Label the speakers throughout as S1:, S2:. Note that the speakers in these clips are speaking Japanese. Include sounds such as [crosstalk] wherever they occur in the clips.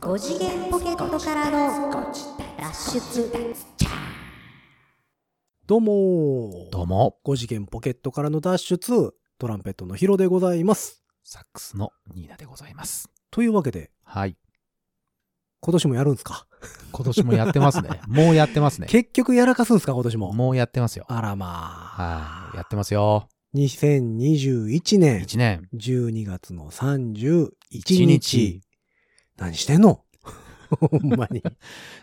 S1: 5次元ポケットからの脱出
S2: どうもー
S3: どうも、
S2: 5次元ポケットからの脱出、トランペットのヒロでございます。
S3: サックスのニーナでございます。
S2: というわけで、
S3: はい。
S2: 今年もやるんすか
S3: 今年もやって
S2: [laughs]
S3: ますね。もうやってますね。
S2: 結局やらかすんすか今年も。
S3: もうやってますよ。
S2: あらまあ、
S3: はい。やってますよ。
S2: 2021年
S3: 1年。
S2: 12月の31日。
S3: 1日
S2: 何してんの [laughs] ほんまに。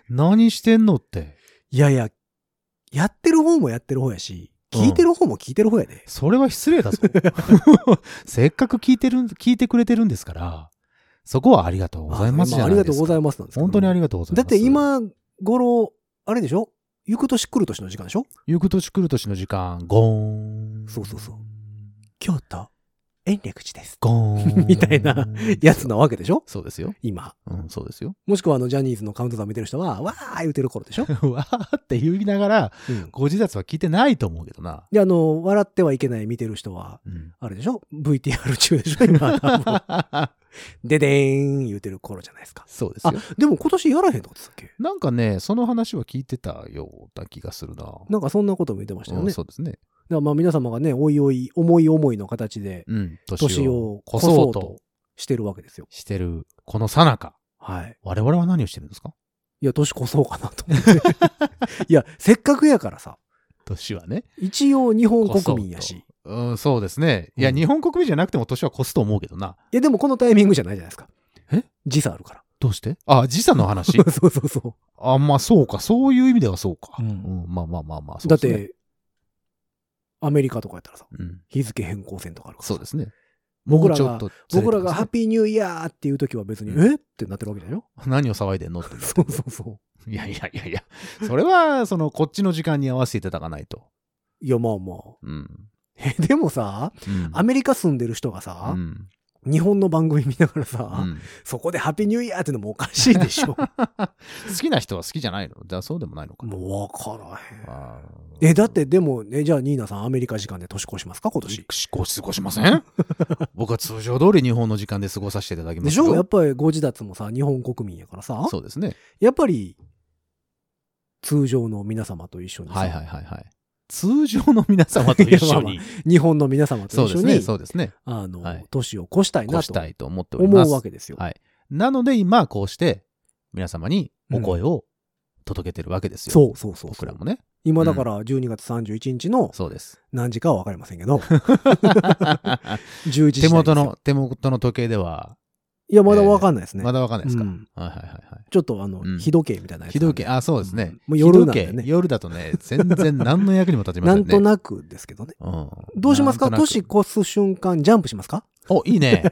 S3: 何してんのって。
S2: いやいや、やってる方もやってる方やし、聞いてる方も聞いてる方やで。
S3: それは失礼だぞ。
S2: [laughs]
S3: せっかく聞いてるん、聞いてくれてるんですから、そこはありがとうございますじ
S2: あ
S3: ゃ
S2: あ
S3: な
S2: り
S3: い
S2: が
S3: で
S2: とう
S3: す
S2: ござ
S3: か。
S2: いますなんですけど
S3: 本当にありがとうございます。
S2: だって、今頃、あれでしょ行く年来る年の時間でしょ
S3: ゆく年来る年の時間、ゴーン。
S2: そうそうそう。京都、延暦地です。
S3: ゴーン。
S2: [laughs] みたいなやつなわけでしょ
S3: そうですよ。
S2: 今。
S3: うん、そうですよ。 [laughs]
S2: もしくはあの、ジャニーズのカウントダウン見てる人 [laughs] は、わー言うてる頃でしょ、
S3: わーって言いながら、
S2: うん、
S3: ご自殺は聞いてないと思うけどな。
S2: で、あの、笑ってはいけない見てる人は、
S3: うん。
S2: あれでしょ ?VTR 中でしょ今、多分 [laughs]
S3: [laughs]
S2: ででーん言うてる頃じゃないですか。
S3: そうですよ。
S2: でも今年やらへんのって言ってたっけ
S3: なんかね、その話は聞いてたような気がするな。
S2: なんかそんなことも言ってましたよね。
S3: うん
S2: だか
S3: そうですね。
S2: らまあ皆様がね、おいおい、思い思いの形で、
S3: うん。年
S2: 年
S3: を
S2: を
S3: 越
S2: 越
S3: そ
S2: そうう
S3: と
S2: としてるわけですよ。
S3: してる、この最中
S2: はい。
S3: 我々は何をしてるんですか
S2: いや、年越そうかなと思って。 [laughs] いや、せっかくやからさ、
S3: 年はね。
S2: 一応日本国民やし。い
S3: うん、そうですね。いや、
S2: うん
S3: 日本国民じゃなくても年は越すと思うけどな。
S2: や、でもこのタイミングじゃないじゃないですか。
S3: え
S2: 時差あるから。
S3: どうしてあ、時差
S2: [laughs]
S3: の話
S2: そうそうそ
S3: あ、まあそうか。そういう意味ではそうか。
S2: うん
S3: まあまあまあまあ。
S2: う。
S3: そ
S2: [laughs] だ
S3: う
S2: っ
S3: ですね、
S2: て、アメリカとかやったらさ、
S3: うん。
S2: 日付変更線とかあるからさ。
S3: そうですね。
S2: 僕ら
S3: もうち
S2: が
S3: ょっとずれ
S2: 僕
S3: てますね
S2: らがハッピーニューイヤーっていう時は別に、
S3: う
S2: えってなってるわけだよ。
S3: 何を騒いでんのって。
S2: そうそうそ
S3: いやいやいやいや。それは、その、こっちの時間に合わせていただかないと。
S2: う。いや、まあまあ。
S3: うん。
S2: え、でもさ、
S3: うん
S2: アメリカ住んでる人がさ
S3: う、ん
S2: 日本の番組見ながら
S3: う
S2: さ、
S3: ん
S2: そこでハッピーニューイヤーってのもおかしいで
S3: [laughs]
S2: しょ。
S3: 好きな人は好きじゃないのじゃあそうでもないのか。
S2: もうわからへん。
S3: あー
S2: え、だってでもね、じゃあニーナさんアメリカ時間で年越しますか今年。
S3: 年越し過ごしません僕は通常通り日本の時間で過ごさせていただきま
S2: ですし
S3: よ
S2: ょやっぱりご自立もさ、日本国民やからさ、
S3: そうですね。
S2: やっぱり、通常の皆様と一緒にさ、
S3: はいはいはいはい。通常の皆様と一緒
S2: い
S3: に。
S2: 日本の皆様と
S3: そう
S2: 一
S3: で
S2: 緒
S3: す
S2: に、
S3: ね。そうですね。
S2: あの、
S3: はい
S2: 年を越したいな
S3: 越し
S2: と
S3: たいと思っておりま
S2: 思
S3: す。
S2: うわけですよ。
S3: はい。なので今、こうして、皆様にお声を届けてるわけですよ。
S2: そうそうそう
S3: 僕
S2: そ
S3: ら
S2: う。
S3: もね。
S2: 今だから12月31日の
S3: そうです。
S2: 何時かは分かりませんけど、11時
S3: 手
S2: 台
S3: 元
S2: ですよ
S3: の、手元の時計では、
S2: いや、まだ分かんないですね。
S3: まだわかんないですか、
S2: うん
S3: はいはいはいはい。
S2: ちょっとあの、
S3: うん
S2: 日時計みたいなやつ
S3: ひ
S2: なん
S3: ど
S2: で。
S3: いけ、あ、そうですね。
S2: もう夜なん
S3: ひ
S2: で
S3: どい
S2: ね
S3: け夜だとね、全然何の役にも立ちま
S2: な
S3: せん
S2: ん
S3: ね。
S2: となくですけどね。
S3: うん、
S2: どうしますか
S3: なんとなく
S2: 年越す瞬間ジャンプしますか
S3: お、いいね。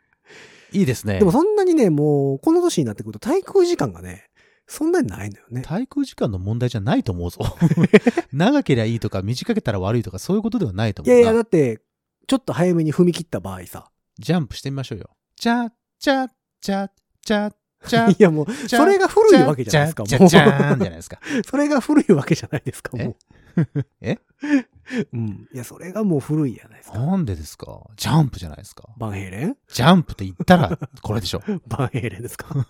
S2: [laughs]
S3: いいですね。
S2: でもそんなにね、もう、この年になってくると滞空時間がね、そんなにないのよね。
S3: 滞空時間の問題じゃないと思
S2: [laughs]
S3: うぞ。長けりゃいいとか、短けたら悪いとか、そういうことではないと
S2: い
S3: 思う
S2: や
S3: な。
S2: いや、だって、ちょっと早めに踏み切った場合さ。
S3: ジャンプしてみましょうよ。チャチャチャチャチャ
S2: いやもう、
S3: チャ
S2: それが古いわけじゃないですか。
S3: チャチャチャチャーンじゃ
S2: も
S3: ないですか。
S2: う、 [laughs] それが古いわけじゃないですか。もう。
S3: [laughs] え
S2: [laughs] うん。いや、それがもう古いじゃないですか。
S3: なんでですかジャンプじゃないですか。
S2: バンヘイレン
S3: ジャンプって言ったら、これでしょ。
S2: バンヘイレンですか [laughs]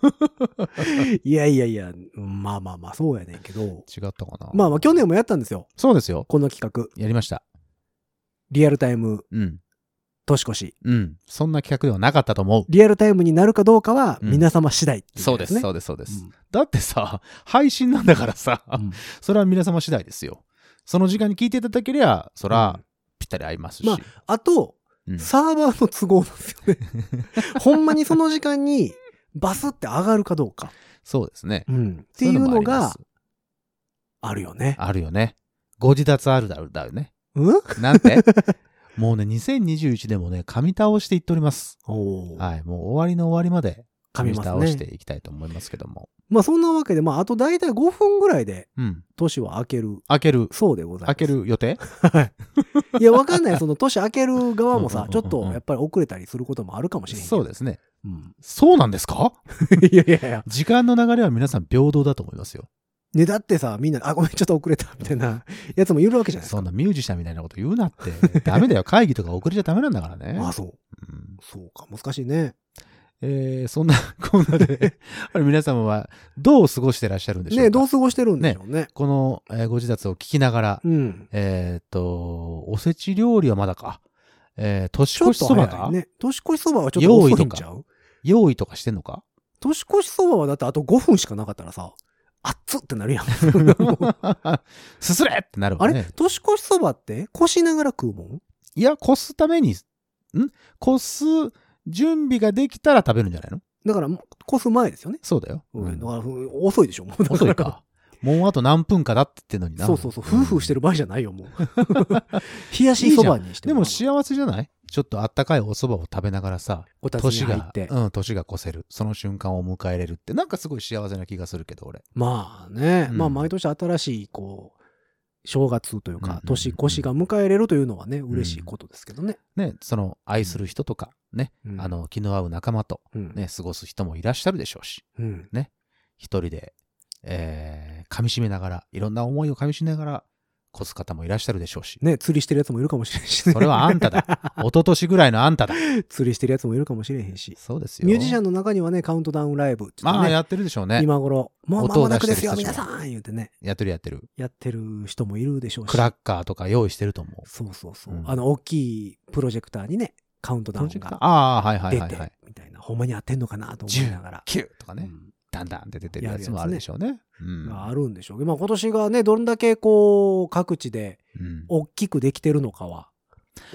S2: いやいやいや、うんまあまあまあ、そうやねんけど。
S3: 違ったかな。
S2: まあまあ、去年もやったんですよ。
S3: そうですよ。
S2: この企画。
S3: やりました。
S2: リアルタイム
S3: うん。
S2: 年越し。
S3: うん。そんな企画ではなかったと思う。
S2: リアルタイムになるかどうかは、
S3: うん
S2: 皆様次第ってい
S3: そう
S2: や
S3: で
S2: つ
S3: す、
S2: ね。
S3: そうです、そうです。
S2: うん
S3: だってさ、配信なんだからさ、
S2: うん
S3: それは皆様次第ですよ。その時間に聞いていただけりゃ、そら
S2: うん、
S3: ぴったり合いますし。
S2: まあと、
S3: うん
S2: サーバーの都合なんですよ
S3: [laughs]
S2: ね。ほんまにその時間にバスって上がるかどうか。
S3: そうですね。
S2: っていう
S3: そ
S2: の
S3: もありま
S2: が
S3: す
S2: あるよね。
S3: あるよね。ご自立あるだろうだよね。
S2: うん
S3: なん
S2: [laughs]
S3: てもうね、2021でもね、噛み倒していっております。
S2: おー
S3: はい、もう終わりの終わりまで
S2: 噛みます
S3: 倒して
S2: ね。
S3: いきたいと思いますけども。
S2: まあそんなわけで、まああと大体5分ぐらいで
S3: うん。
S2: 年は明ける。
S3: 開ける、
S2: そうでございます。
S3: 開け。る予定
S2: いや、わかんない。その年明ける側もさ
S3: う、んうん
S2: ち
S3: う
S2: ょ
S3: んう
S2: っ
S3: ん
S2: とやっぱり遅れたりすることもあるかもしれんけど
S3: そうですね。 [laughs]
S2: うん。
S3: そうなんですか
S2: いやいやいや。
S3: 時間の流れは皆さん平等だと思いますよ。
S2: ね、だってさ、みんな、あ、ごめん、ちょっと遅れた、みたいなやつもいるわけじゃないです
S3: そ
S2: か
S3: ん。なミュージシャンみたいなこと言う
S2: [laughs]
S3: なって。ダメだよ。会議とか遅れちゃダメなんだからね。
S2: あ、そう。
S3: うん
S2: そうか、難しいね。
S3: えーそんなこんな
S2: [laughs]
S3: で、あれ皆様はどう過ごしてらっしゃるんでしょうか
S2: ねどう過ごしてるんでしょうね。
S3: この、えーご自立を聞きながら、
S2: うん。
S3: えーっと、おせち料理はまだか。えー年
S2: ちょ
S3: 越
S2: っ
S3: し
S2: と
S3: そ
S2: 早
S3: ば
S2: い
S3: か、
S2: ね。年越しそばはちょっと遅いんちゃ
S3: 用
S2: う
S3: 用意とかしてん
S2: [laughs]
S3: のか
S2: 年越しそばはだってあと5分しかなかったらさ、あっつってなる
S3: [laughs]
S2: やん。
S3: すすれってなる
S2: あ
S3: わ
S2: れ、
S3: ね。
S2: 年越しそばって越しながら食うもん
S3: いや、こすために、んこす準備ができたら食べるんじゃないの
S2: だから、越す前ですよね。
S3: そうだよ。
S2: う、
S3: うんん
S2: だからふ [laughs] 遅いでしょ、もうだら
S3: [laughs] 遅いか。もうあと何分かだって言ってんのにな。
S2: そうそうそう、
S3: ん
S2: 夫婦してる場合じゃないよ、も
S3: [laughs]
S2: う。冷やしそばにして
S3: でも
S2: し、
S3: 幸せじゃないちょっとあったかいお蕎麦を食べながらさ、
S2: こたつに
S3: 年
S2: 入
S3: が
S2: っ、て。
S3: うん、年が越せる。その瞬間を迎えれるって、なんかすごい幸せな気がするけど、俺。
S2: まあね、
S3: うん
S2: まあ毎年新しい、こう、正月という
S3: うんうん
S2: か
S3: う、ん
S2: 年越しが迎えれるというのはね、嬉しいことですけどね。
S3: ね、その、愛する人とか、ね、
S2: うん
S3: あ、の、気の合う仲間と、
S2: うん、
S3: ね、過ごす人もいらっしゃるでしょうし、
S2: うん。
S3: 一人で、えー、噛み締めながら、いろんな思いを噛み締めながら、越す方もいらっしゃるでしょうし、
S2: ね、釣りしてるやつもいるかもしれんしね。
S3: それはあんただ。一昨年ぐらいのあんただ。
S2: [laughs] 釣りしてるやつもいるかもしれへんし。
S3: そうですよ。
S2: ミュージシャン
S3: の、
S2: の中にはね、カウントダウンライブって言って
S3: まあ、
S2: ね、
S3: やってるでしょうね。
S2: 今頃、もう間
S3: 音
S2: も
S3: を出
S2: なく
S3: し
S2: で
S3: てる
S2: す
S3: 人
S2: よ、
S3: たちも
S2: 皆さん言うてね、
S3: やってるやってる。
S2: やってる人もいるでしょうし。
S3: クラッカーとか用意してると思う。
S2: そうそうそう。
S3: うん
S2: あの、大きいプロジェクターにね、カウントダウンが
S3: ああ、はいはい
S2: 出
S3: はい、はい
S2: て。、みたいな、ほんまに合ってんのかなと思いながら。
S3: 9とか
S2: う
S3: ね、
S2: ん
S3: だんだんって出てるやつもあるでしょうね。うん
S2: まああるんでしょうけど、まあ今年がね、どんだけこう、各地で
S3: うん
S2: 大きくできてるのかは、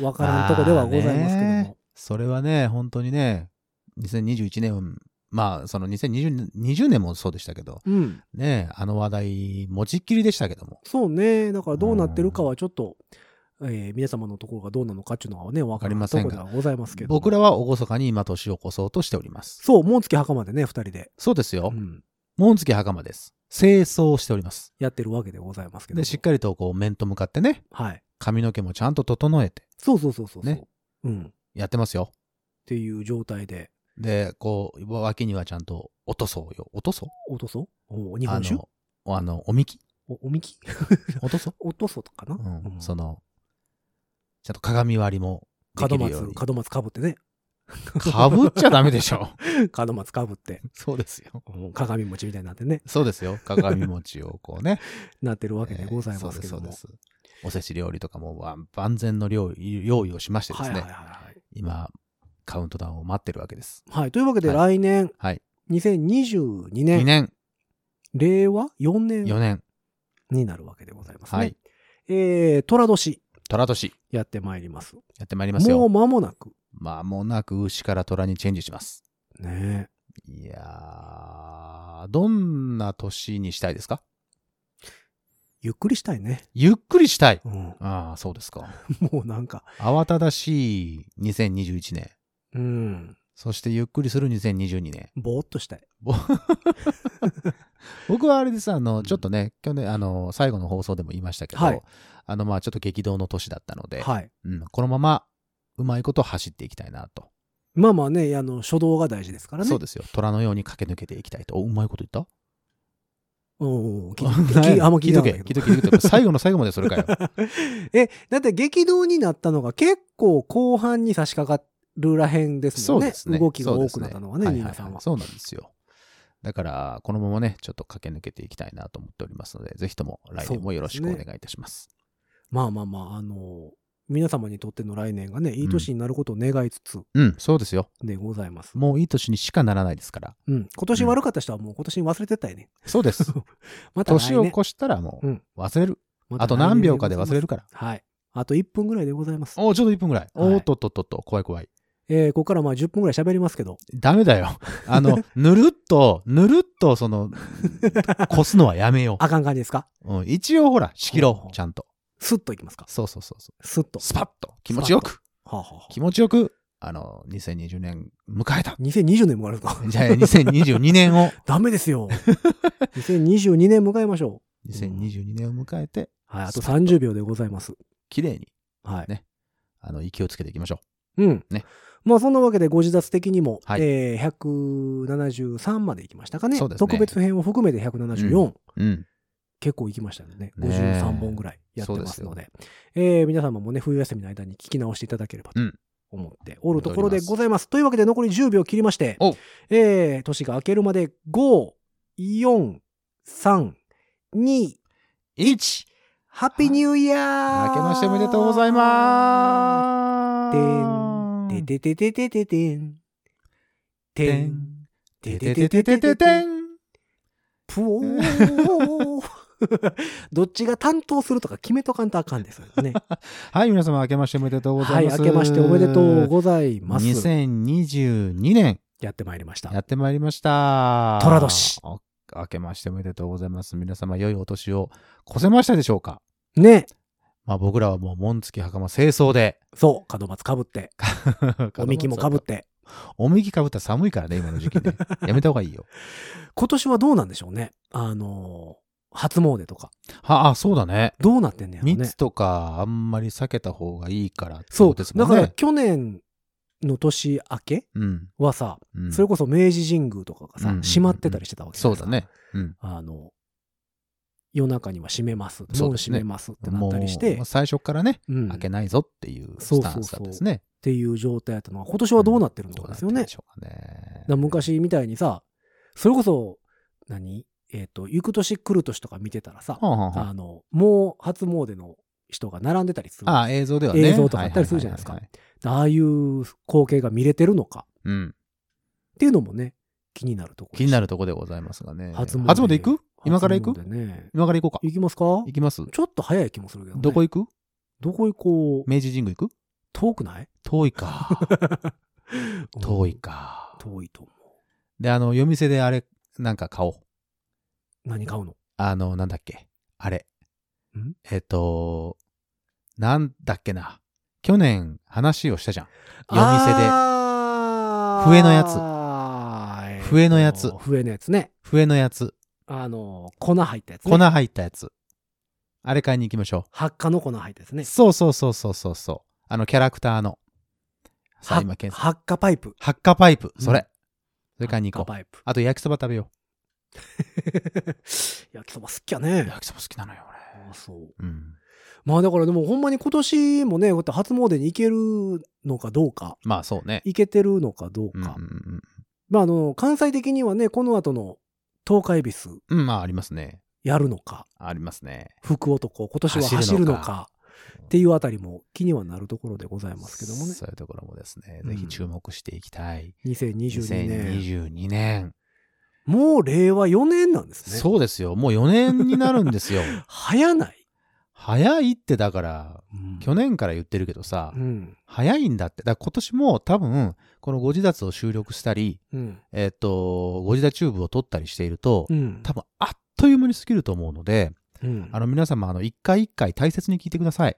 S2: わからんとこではございますけど
S3: まあ
S2: も
S3: ね。それはね、本当にね、2021年、まあ、その2020 20年もそうでしたけど、
S2: うん。
S3: ね、あの話題、持ちっきりでしたけども。
S2: そうね。だからどうなってるかはちょっと、えー皆様のところがどうなのかっていうのはね、わからんとこではございますけども。
S3: 僕らは厳かに今年を越そうとしております。
S2: そう、紋付き袴でね、二人で、
S3: そうですよ
S2: う。ん
S3: 紋付き袴です。清掃しております。
S2: やってるわけでございますけども。
S3: で、しっかりとこう、面と向かってね、
S2: はい。
S3: 髪の毛もちゃんと整えて
S2: そうそうそうそうそう。
S3: ね
S2: うん。っ
S3: やってますよ。
S2: ていう状態で、
S3: で、こう、脇にはちゃんと、落とそうよ。落とそう
S2: 落とそうお日本酒
S3: あのお、あの、おみき
S2: おおみ [laughs] き
S3: 落とそう、
S2: 落とそうとかな、
S3: うん
S2: うん
S3: その、ちゃんと鏡割りもでき
S2: 門
S3: るよう
S2: 松、
S3: に。
S2: 門松かぶって
S3: [laughs]
S2: ね。
S3: かぶっちゃダメで
S2: [laughs]
S3: しょ。
S2: 門松かぶって、
S3: そうですよ。
S2: うん鏡餅みたいになってね、
S3: そうですよ。鏡餅をこうね。
S2: なってる [laughs] わけでございますけ
S3: えーそ
S2: ど
S3: う
S2: も。
S3: ですそうですおせち料理とかも万万全の料理用意をしましてです
S2: はい
S3: ね、
S2: はいはいはい。
S3: 今、カウントダウンを待ってるわけです。
S2: はい。というわけで、
S3: は
S2: 来年、
S3: はい
S2: 2022
S3: 2
S2: 年、
S3: 年、
S2: 令和4年
S3: 4年、
S2: になるわけでございますね。
S3: はい。
S2: えー、虎年、
S3: 虎年、
S2: やってまいります。
S3: やってまいります
S2: もう
S3: よ。
S2: 間もなく。
S3: まもなく牛から虎にチェンジします。
S2: ね
S3: いやー、どんな年にしたいですか
S2: ゆっくりしたいね。
S3: ゆっくりしたい。
S2: うん。 [laughs]
S3: ああ、そうですか。
S2: もうなんか、
S3: 慌ただしい2021年。
S2: うん。
S3: そしてゆっくりする2022年。
S2: ぼーっとしたい。
S3: ぼ僕はあれです、あ
S2: うん
S3: の、ちょっとね、去年、あの、最後の放送でも言いましたけど、
S2: はい
S3: あの、まあちょっと激動の年だったので、
S2: はい。
S3: うん、このまま、うまいこと走っていきたいなと。
S2: まあまあね、あの、初動が大事ですからね。
S3: そうですよ。虎のように駆け抜けていきたいと。おうまいこと言った
S2: うんうんう
S3: [laughs]
S2: ん。聞
S3: ない
S2: い
S3: の
S2: あんま聞
S3: 聞
S2: い
S3: い
S2: て
S3: と
S2: なか
S3: け、
S2: った
S3: 聞
S2: け
S3: い
S2: ど
S3: とけ、聞いとけ。最後の最後までそれかよ。
S2: え、だって激動になったのが結構後半に差し掛かるらへんですもんね。動きが多くなったのはね、
S3: そうです
S2: 皆、さんは。
S3: そうなんですよ。だから、このままね、ちょっと駆け抜けていきたいなと思っておりますので、ぜひとも来年もよろしくお願いいたします。
S2: まあまあまあ、あの、皆様にとっての来年がね、いい年になることを願いつつ
S3: うん、そうですよ。
S2: でございます。
S3: もういい年にしかならないですから。
S2: うん。今年悪かった人はもう今年忘れてったよね。
S3: そう
S2: [laughs]
S3: です。
S2: また来年
S3: 年を越したらも
S2: うん
S3: う忘れる。
S2: また
S3: あと
S2: 来年
S3: 何秒かで忘れ
S2: る。
S3: るから。
S2: はい。あと1分ぐらいでございます。
S3: おお、ちょうど1分ぐらい。
S2: はい
S3: おーっとっとっとっと、怖い怖い。
S2: えー、ここからまあ10分ぐらい喋りますけど。
S3: ダメだよ。 [laughs] あの、ぬるっと、ぬるっと、
S2: [laughs]
S3: その、越すのはやめよ
S2: あかん感じですか
S3: う。うん、一応ほら、仕切
S2: ほうほ
S3: ろ
S2: う
S3: う、ちゃんと。
S2: スッといきますか
S3: そうそうそうそう。
S2: スッと。
S3: スパッと、気持ちよく。
S2: はあはあはあ
S3: 気持ちよく、あの、2020年迎えた。 [laughs]
S2: 2020年もあるんですか
S3: じゃあ、2022年を、
S2: [laughs] ダメです
S3: [laughs]
S2: よ。2022年迎えましょ
S3: 2022年を迎えて、
S2: う。はい、あと
S3: スパッと
S2: 30秒でございます。
S3: 綺麗に、
S2: はい。
S3: ねあの、息をつけていきましょ
S2: うん。
S3: ね
S2: まあそんなわけでご自立的にも、
S3: はい
S2: えー、173までいきましたかね。
S3: そうですね
S2: 特別編を含めて174、
S3: う。うん。
S2: 結構いきましたんでね。
S3: ねえ
S2: 53本ぐらいやってますので。
S3: そ
S2: えー皆様もね、冬休みの間に聞き直していただければと
S3: うん
S2: 思っておるところでございます。というわけで残り10秒切りまして
S3: お、
S2: えー、年が明けるまで5、4、3、2、
S3: 1!
S2: ハッピーニューイヤー
S3: 明けましておめでとうございます
S2: てん、てててててててん。て
S3: て
S2: ん、
S3: ん
S2: てて
S3: てて
S2: て
S3: て
S2: てててて
S3: てててて
S2: ん。
S3: ん
S2: ぷおー [laughs] どっちが担当するとか決めとかんとあかんですよね。
S3: はい、皆様明けましておめでとうござ
S2: はいい、
S3: ます。
S2: 明けましておめでとうございます。
S3: 2022年
S2: やってまいりました。
S3: やってまいりました。
S2: 寅年
S3: お明けましておめでとうございます。皆様良いお年を越せましたでしょうか
S2: ね。
S3: まあ僕らはもう門付き袴清掃で。
S2: そう、門松かぶって、 [laughs] おみきもかぶっ。て。
S3: おみきかぶったら寒いからね、今の時期
S2: [laughs]
S3: ね。やめた方がいいよ。
S2: 今年はどうなんでしょうね。あのー初詣とか。
S3: はあ、そうだね。
S2: どうなってんねやろね
S3: 密。とかあんまり避けた方がいいからって
S2: そ
S3: こ
S2: う。
S3: とですも
S2: だ
S3: ん
S2: か
S3: ね。
S2: ら去年の年明け
S3: うん。
S2: はさ、
S3: うん。
S2: それこそ明治神宮とかが
S3: うんうん
S2: さ
S3: うんう、ん
S2: 閉まってたりしてたわけじゃな
S3: そう
S2: いです
S3: だ
S2: か。
S3: ね。うん。
S2: あの、夜中には閉めます。
S3: そ
S2: も
S3: う
S2: う
S3: です
S2: 閉
S3: ね
S2: めますってな
S3: も
S2: ったりして
S3: う、最初からね、
S2: うん
S3: 開け
S2: っ
S3: ないぞっていうスタンスだったですね。
S2: ていう状態だったのが、今年はどうなってるのかですよ
S3: どうな
S2: ね
S3: って。るんでしょうかね
S2: だから昔みたいにさ、それこそ、何えっと、行く年来る年とか見てたらさ、
S3: はあはあは
S2: あの、もう初詣の人が並んでたりする。
S3: あ
S2: あ
S3: あ映像ではね。
S2: 映像とかあったりするじゃないですか
S3: ははは
S2: あいう光景が見れてるのか
S3: いはいうん。
S2: っていうのもね、気になるところ。
S3: 気になるとこでございますがね。
S2: 初詣
S3: 行く今から行く
S2: 初詣ね
S3: 今から行こうか。
S2: 行きますか
S3: 行きます。
S2: ちょっと早い気もするけどね。
S3: どこ行く
S2: どこ行こう
S3: 明治神宮行く
S2: 遠くない
S3: 遠
S2: [laughs]
S3: いか。遠い。か。
S2: 遠いと思
S3: で、あの、夜店であれ、なんか買おう。
S2: う。何買うの
S3: あの、なんだっけ。あれ
S2: ん。
S3: えっと、なんだっけな。去年話をしたじゃん。夜店で
S2: あー
S3: 笛のやつ
S2: えーと
S3: 笛のやつ
S2: 笛のやつね。
S3: 笛のやつ。
S2: あの、粉入ったやつ、ね。
S3: 粉入ったやつ。あれ買いに行きましょ
S2: 発火の粉入ったやつ
S3: う。
S2: ね。
S3: そうそうそうそうそうそう。あの、キャラクターの。さあ、
S2: は
S3: 今検索。
S2: 発火パイプ。
S3: ハッカパイプ。
S2: うん
S3: それ。それ買いに行こう。
S2: 発火
S3: あと焼きそば食べよ
S2: パイプ。 [laughs] 焼きそば好きや
S3: う。
S2: ね。
S3: 焼きそば好きなのよ、
S2: ああそう。
S3: 俺。うん。
S2: まあだからでもほんまに今年もね、こうやって初詣に行けるのかどうか、
S3: まあそうね。
S2: 行けてるのかどう
S3: うんうん
S2: か。まああの、関西的にはね、この後の東海ビス
S3: うん、うんまあありますね。
S2: やるのか、
S3: ありますね。
S2: 福男、今年は走
S3: 走
S2: る
S3: る
S2: の
S3: の
S2: か
S3: か
S2: っていうあたりも気にはなるところでございますけどもね。
S3: そういうところもですね。
S2: うん
S3: ぜひ注目していきたい。
S2: 2022年。
S3: 2022年。
S2: もう令和4年なんですね。
S3: そうですよ。もう4年になるんです
S2: [laughs]
S3: よ。
S2: 早ない、
S3: 早いってだから、去
S2: 年
S3: 年から言ってるけどさ、
S2: うん。
S3: 早いんだって。だから今年も多分、このご自立を収録したり、
S2: うん。
S3: えっ、と、ご自立チューブを撮ったりしていると、
S2: うん。
S3: 多分あっという間に過ぎると思うので、
S2: うん
S3: あの皆様、あの、一回一回大切に聞いてください。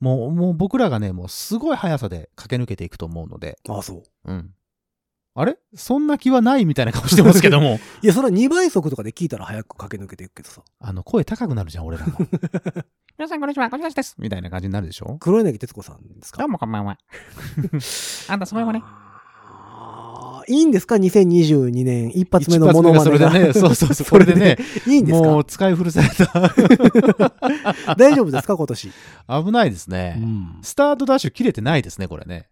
S3: もう、もう僕らがね、もうすごい速さで駆け抜けていくと思うので、
S2: ああ、そう。
S3: うん。あれそんな気はないみたいな顔してますけども。
S2: いや、それは2倍速とかで聞いたら早く駆け抜けていくけどさ。
S3: [laughs] あの、声高くなるじゃん、俺らも。 [laughs] 皆さん、こんにちは、こんにちはです。みたいな感じになるでしょ
S2: 黒柳徹子さんですか
S4: どうもこんば
S2: [laughs]
S4: んは。あんたそのままね。
S2: あーいいんですか ?2022 年一発目の
S3: 一
S2: モ
S3: 発
S2: ノ
S3: 目が
S2: マ
S3: そ
S2: ネ
S3: れ
S2: が。
S3: でね、そうそ
S2: [laughs]
S3: うそう、これでね、
S2: いいんです
S3: も
S2: か
S3: う使い古された。
S2: 大丈夫ですか今年。
S3: 危ないですね。スタートダッシュ切れてないですね、これね。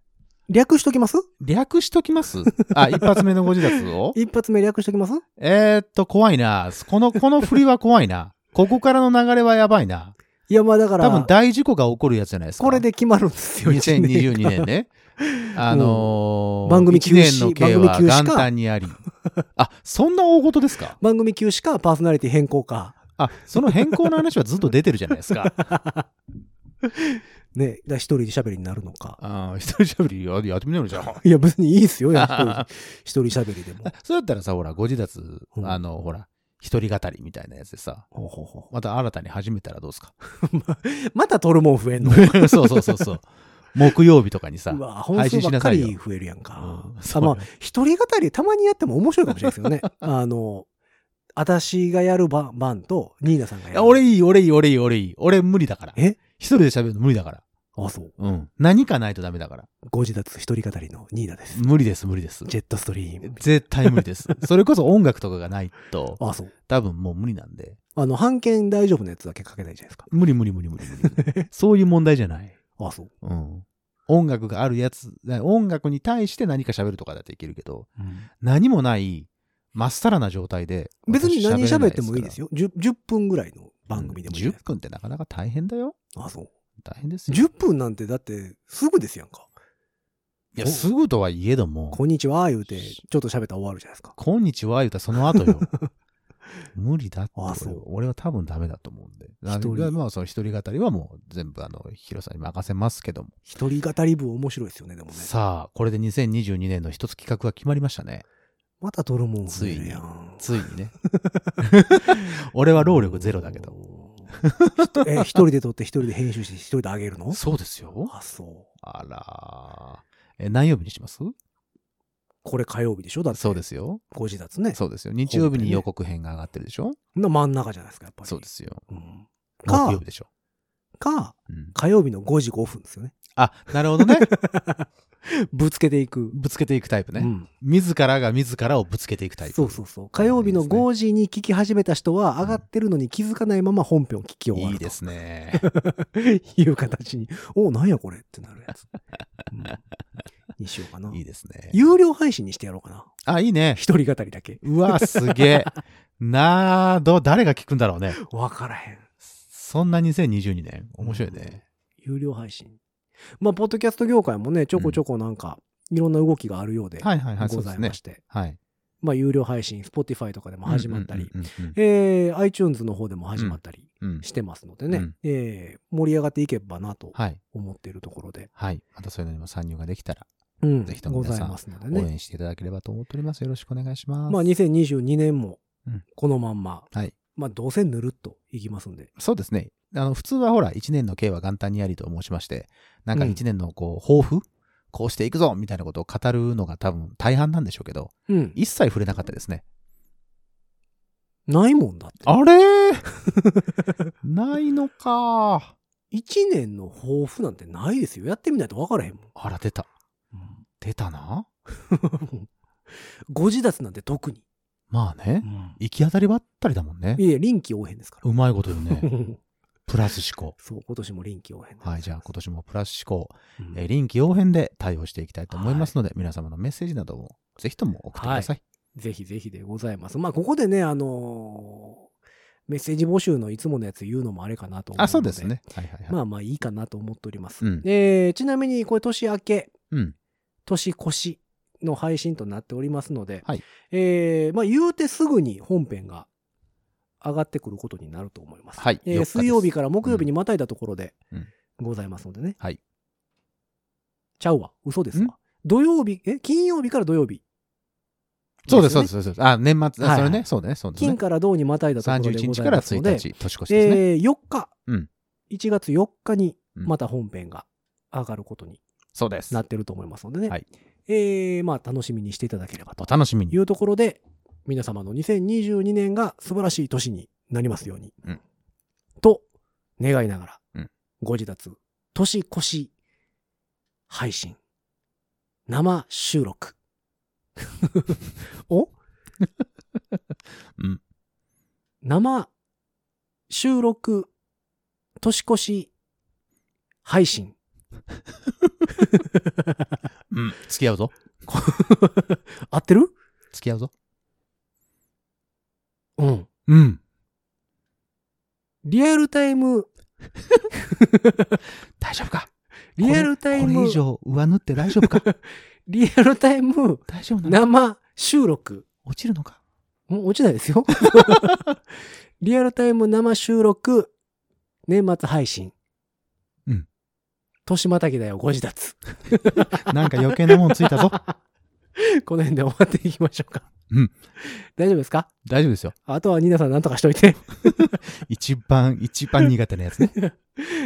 S2: 略しときます
S3: 略しとき
S2: [laughs]
S3: ますあ、一発目のご自立を
S2: 一発目略しときます
S3: えー、っと、怖いな。この、この振りは怖いな。ここからの流れはやばいな。
S2: いや、まあだから、
S3: 多分大事故が起こるやつじゃないですか。
S2: これで決まるんですよ。一
S3: 2022
S2: 年間
S3: 年。ね。あのー、
S2: 番組休止
S3: 1年の刑は
S2: 番組休止
S3: 元
S2: か
S3: 旦にあり。あ、そんな大事ですか
S2: 番組休止か、パーソナリティ変更か。
S3: あ、その変更の話はずっと出てるじゃないで
S2: [laughs]
S3: すか。
S2: ね、だから一人で喋りになるのか。
S3: あー一人喋りややってみなよじゃん。
S2: いや、別にいいですよ、やっぱ
S3: [laughs]
S2: り一人喋りでも。
S3: そうやったらさ、ほら、ご自立、
S2: うん
S3: あの、ほら、一人語りみたいなやつでさ、
S2: ほうほうほ
S3: また新たに始めたらど
S2: [laughs]
S3: うですか
S2: うまた取るもん増えんの。
S3: そうそうそうそう。木曜日とかにさ
S2: う、わ、本数ばっか
S3: 配信しなさい
S2: り
S3: よ
S2: 増えるやんか。
S3: うん
S2: あ
S3: そう
S2: まあ、一人語りたまにやっても面白いかもしれないですよ
S3: [laughs]
S2: ね。あの、私がやる番番と、ニーナさんがやる。
S3: いや俺いい、俺いい、俺いい、俺いい。俺無理だから。
S2: え
S3: 一人で喋るの無理だから。
S2: あ、そう。
S3: うん。何かないとダメだから。
S2: ご自立一人語りのニーナです。
S3: 無理です、無理です。
S2: ジェットストリーム。
S3: 絶対無理です。 [laughs] それこそ音楽とかがないと、
S2: あ、そう。
S3: 多分もう無理なんで。
S2: あの、半券大丈夫なやつだけかけないじゃないですか。
S3: [laughs] 無理無理無理無理無理。そういう問題じゃない。
S2: あ、そう。
S3: うん。音楽があるやつ、音楽に対して何か喋るとかだっていけるけど、何もない、まっさらな状態で。
S2: 別に何
S3: 私
S2: 喋ってもいいです
S3: よ。
S2: よ。10, 10分ぐらいの番組でもいいじゃない
S3: 10分ってなかなか大変だよ。
S2: ですか。あ、そう。
S3: 大変ですよ。
S2: 10分なんてだってすぐですやんか。
S3: いや、すぐとはいえども、
S2: こんにちは、言うて、ちょっと喋ったら終わるじゃないですか。
S3: 今日は言うたらその
S2: [laughs]
S3: 後よ。無理だって俺
S2: あそう
S3: は俺は多分ダメだと思うんで。
S2: 一人
S3: あまあ、その一人語りはもう全部あの、ヒロさんに任せますけども。
S2: 一人語り部面白いですよね、でもね。
S3: さあ、これで2022年の一つ企画が決まりましたね。
S2: また取るもん増えるやん。
S3: ついに
S2: [laughs]
S3: ね。俺は労力ゼロだけど。
S2: ど。 [laughs] え、一人で撮って一人で編集して一人で上げるの
S3: そうですよ。
S2: あ、そう。
S3: あらーえ、何曜日にします
S2: これ火曜日でしょだって。
S3: そうですよ。
S2: ご自立ね。
S3: そうですよ。日曜日に予告編が上がってるでしょ
S2: な真ん中じゃないですか、やっぱり。
S3: そうで。すよ。
S2: うん、
S3: 木
S2: か
S3: 曜日、でしょ。
S2: か、
S3: うん
S2: 火曜日の5時5分ですよね。
S3: あ、なるほどね。
S2: [laughs] ぶつけていく。
S3: ぶつけていくタイプね。
S2: うん
S3: 自らが自らをぶつけていくタイプ。
S2: そうそうそう。火曜日の5時に聞き始めた人は上がってるのに気づかないまま本編を聞き終わ
S3: い
S2: る
S3: い
S2: と
S3: ですね。 [laughs]
S2: [laughs] いう形に、おなんやこれってなるやつ。うんにしようかな。
S3: いいですね。
S2: 有料配信にしてやろうかな。
S3: あ、いいね。
S2: 一人語りだけ。
S3: うわ、すげえ。なーど、誰が聞くんだろうね。
S2: わからへん。
S3: そんな2022年。面白いね。
S2: 有料配信。まあ、ポッドキャスト業界もね、ちょこちょこなんか、いろんな動きがあるようで、
S3: はいはいはい、そ
S2: ご
S3: うで
S2: ざい
S3: すね
S2: ま。して。
S3: はい。
S2: まあ、有料配信、Spotify とかでも始まったり、
S3: うんうんうんうん。
S2: えー iTunes の方でも始まったり
S3: うん
S2: してますのでね、
S3: うん
S2: えー盛り上がっていけばなと
S3: はい。
S2: 思っているところで、
S3: はい。またそういうのにも参入ができたら、
S2: うん
S3: ぜひとも
S2: ござ
S3: 皆
S2: い
S3: さん
S2: ますので
S3: 応
S2: ね。
S3: 援していただければと思っております。よろしくお願いします。
S2: まあ、2022年も
S3: うん、
S2: このまんま、
S3: はい。
S2: まあ、どうせぬるっといきますんで。
S3: そうですね。あの、普通はほら、一年の計は元旦にありと申しまして、なんか
S2: うん
S3: 一年のこう、抱負こうしていくぞみたいなことを語るのが多分大半なんでしょうけど、
S2: うん。
S3: 一切触れなかったですね。
S2: ないもんだって。
S3: あれ [laughs] ないのか
S2: 一年の抱負なんてないですよ。やってみないと分からへんもん。
S3: あら、出た。出たな
S2: [laughs] ご自立なんて特に。
S3: まあね。行き当たりばったりだもんね。
S2: いや、臨機応変ですから。
S3: うまいこと
S2: [laughs]
S3: よね。プラス思考。
S2: そう、今年も臨機応変
S3: はい、じゃあ今年もプラス思考、
S2: うん
S3: えー臨機応変で対応していきたいと思いますので、皆様のメッセージなどもぜひとも送ってください。
S2: ぜひぜひでございます。まあ、ここでね、あのーメッセージ募集のいつものやつ言うのもあれかなと思うので。
S3: あ、そうです。ね。はいはいはい。
S2: まあまあいいかなと思っております。
S3: うん
S2: えーちなみに、これ年明け、
S3: うん
S2: 年越しの配信となっておりますので、
S3: はい
S2: えーまあ言うてすぐに本編が上がってくることになると思います。
S3: はい
S2: えー
S3: 4日です
S2: 水曜日から木曜日にまたいだところで
S3: うん
S2: ございますのでね。
S3: はい
S2: ちゃうわ。嘘です
S3: ん
S2: わ。土曜日、え、金曜日から土曜日。
S3: そうです、そう
S2: よね
S3: です、そうです。あ、年末、
S2: は
S3: あ
S2: い
S3: そ
S2: はい
S3: れね、そうだね、そうですね
S2: 金。から銅にまたいだところでござい
S3: 31
S2: ます
S3: 日
S2: ので。
S3: から1日、年越しですね。
S2: えー4日、
S3: うん
S2: 1月4日にまた本編が上がることに
S3: そうです
S2: な。ってると思いますのでね、
S3: はい
S2: えーまあ、楽しみにしていただければと
S3: お楽しみ
S2: い
S3: に。
S2: うところで皆様の2022年が素晴らしい年になりますように、
S3: うん
S2: と願いながら、
S3: うん
S2: ご自立年越し配信生収録を
S3: うん
S2: 生収録年越し配信
S3: うん。付き合うぞ。
S2: 合ってる
S3: 付き合うぞ。
S2: うん。
S3: うん。
S2: リアルタイム、
S3: 大丈夫か
S2: リアルタイ
S3: これ
S2: ム
S3: 以、上上塗って大丈夫 [laughs] か
S2: リアルタイム
S3: 大丈夫なの
S2: 生収録。
S3: 落ちるのか
S2: ん落ちない
S3: [laughs]
S2: ですよ。リアルタイム生収録、年末配信。
S3: うん。
S2: 年またぎだよ、ご自立。
S3: なんか余計なもんついたぞ。
S2: [laughs] この辺で終わっていきましょうか。
S3: うん。
S2: 大丈夫ですか
S3: 大丈夫ですよ。
S2: あとはニーナさんなんとかしといて。
S3: [laughs] 一番、一番苦手なやつね。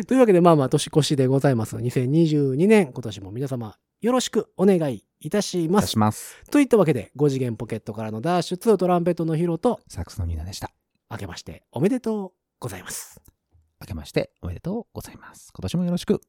S2: というわけで、まあまあ年越しでございます。2022年、今年も皆様、よろしくお願いいたします。
S3: [laughs] ます。
S2: といったわけで、5次元ポケットからの脱出、トランペットのヒロと、
S3: サックスのニーナでした。
S2: 明けましておめでとうございます。
S3: 明けましておめでとうございます。今年もよろしく。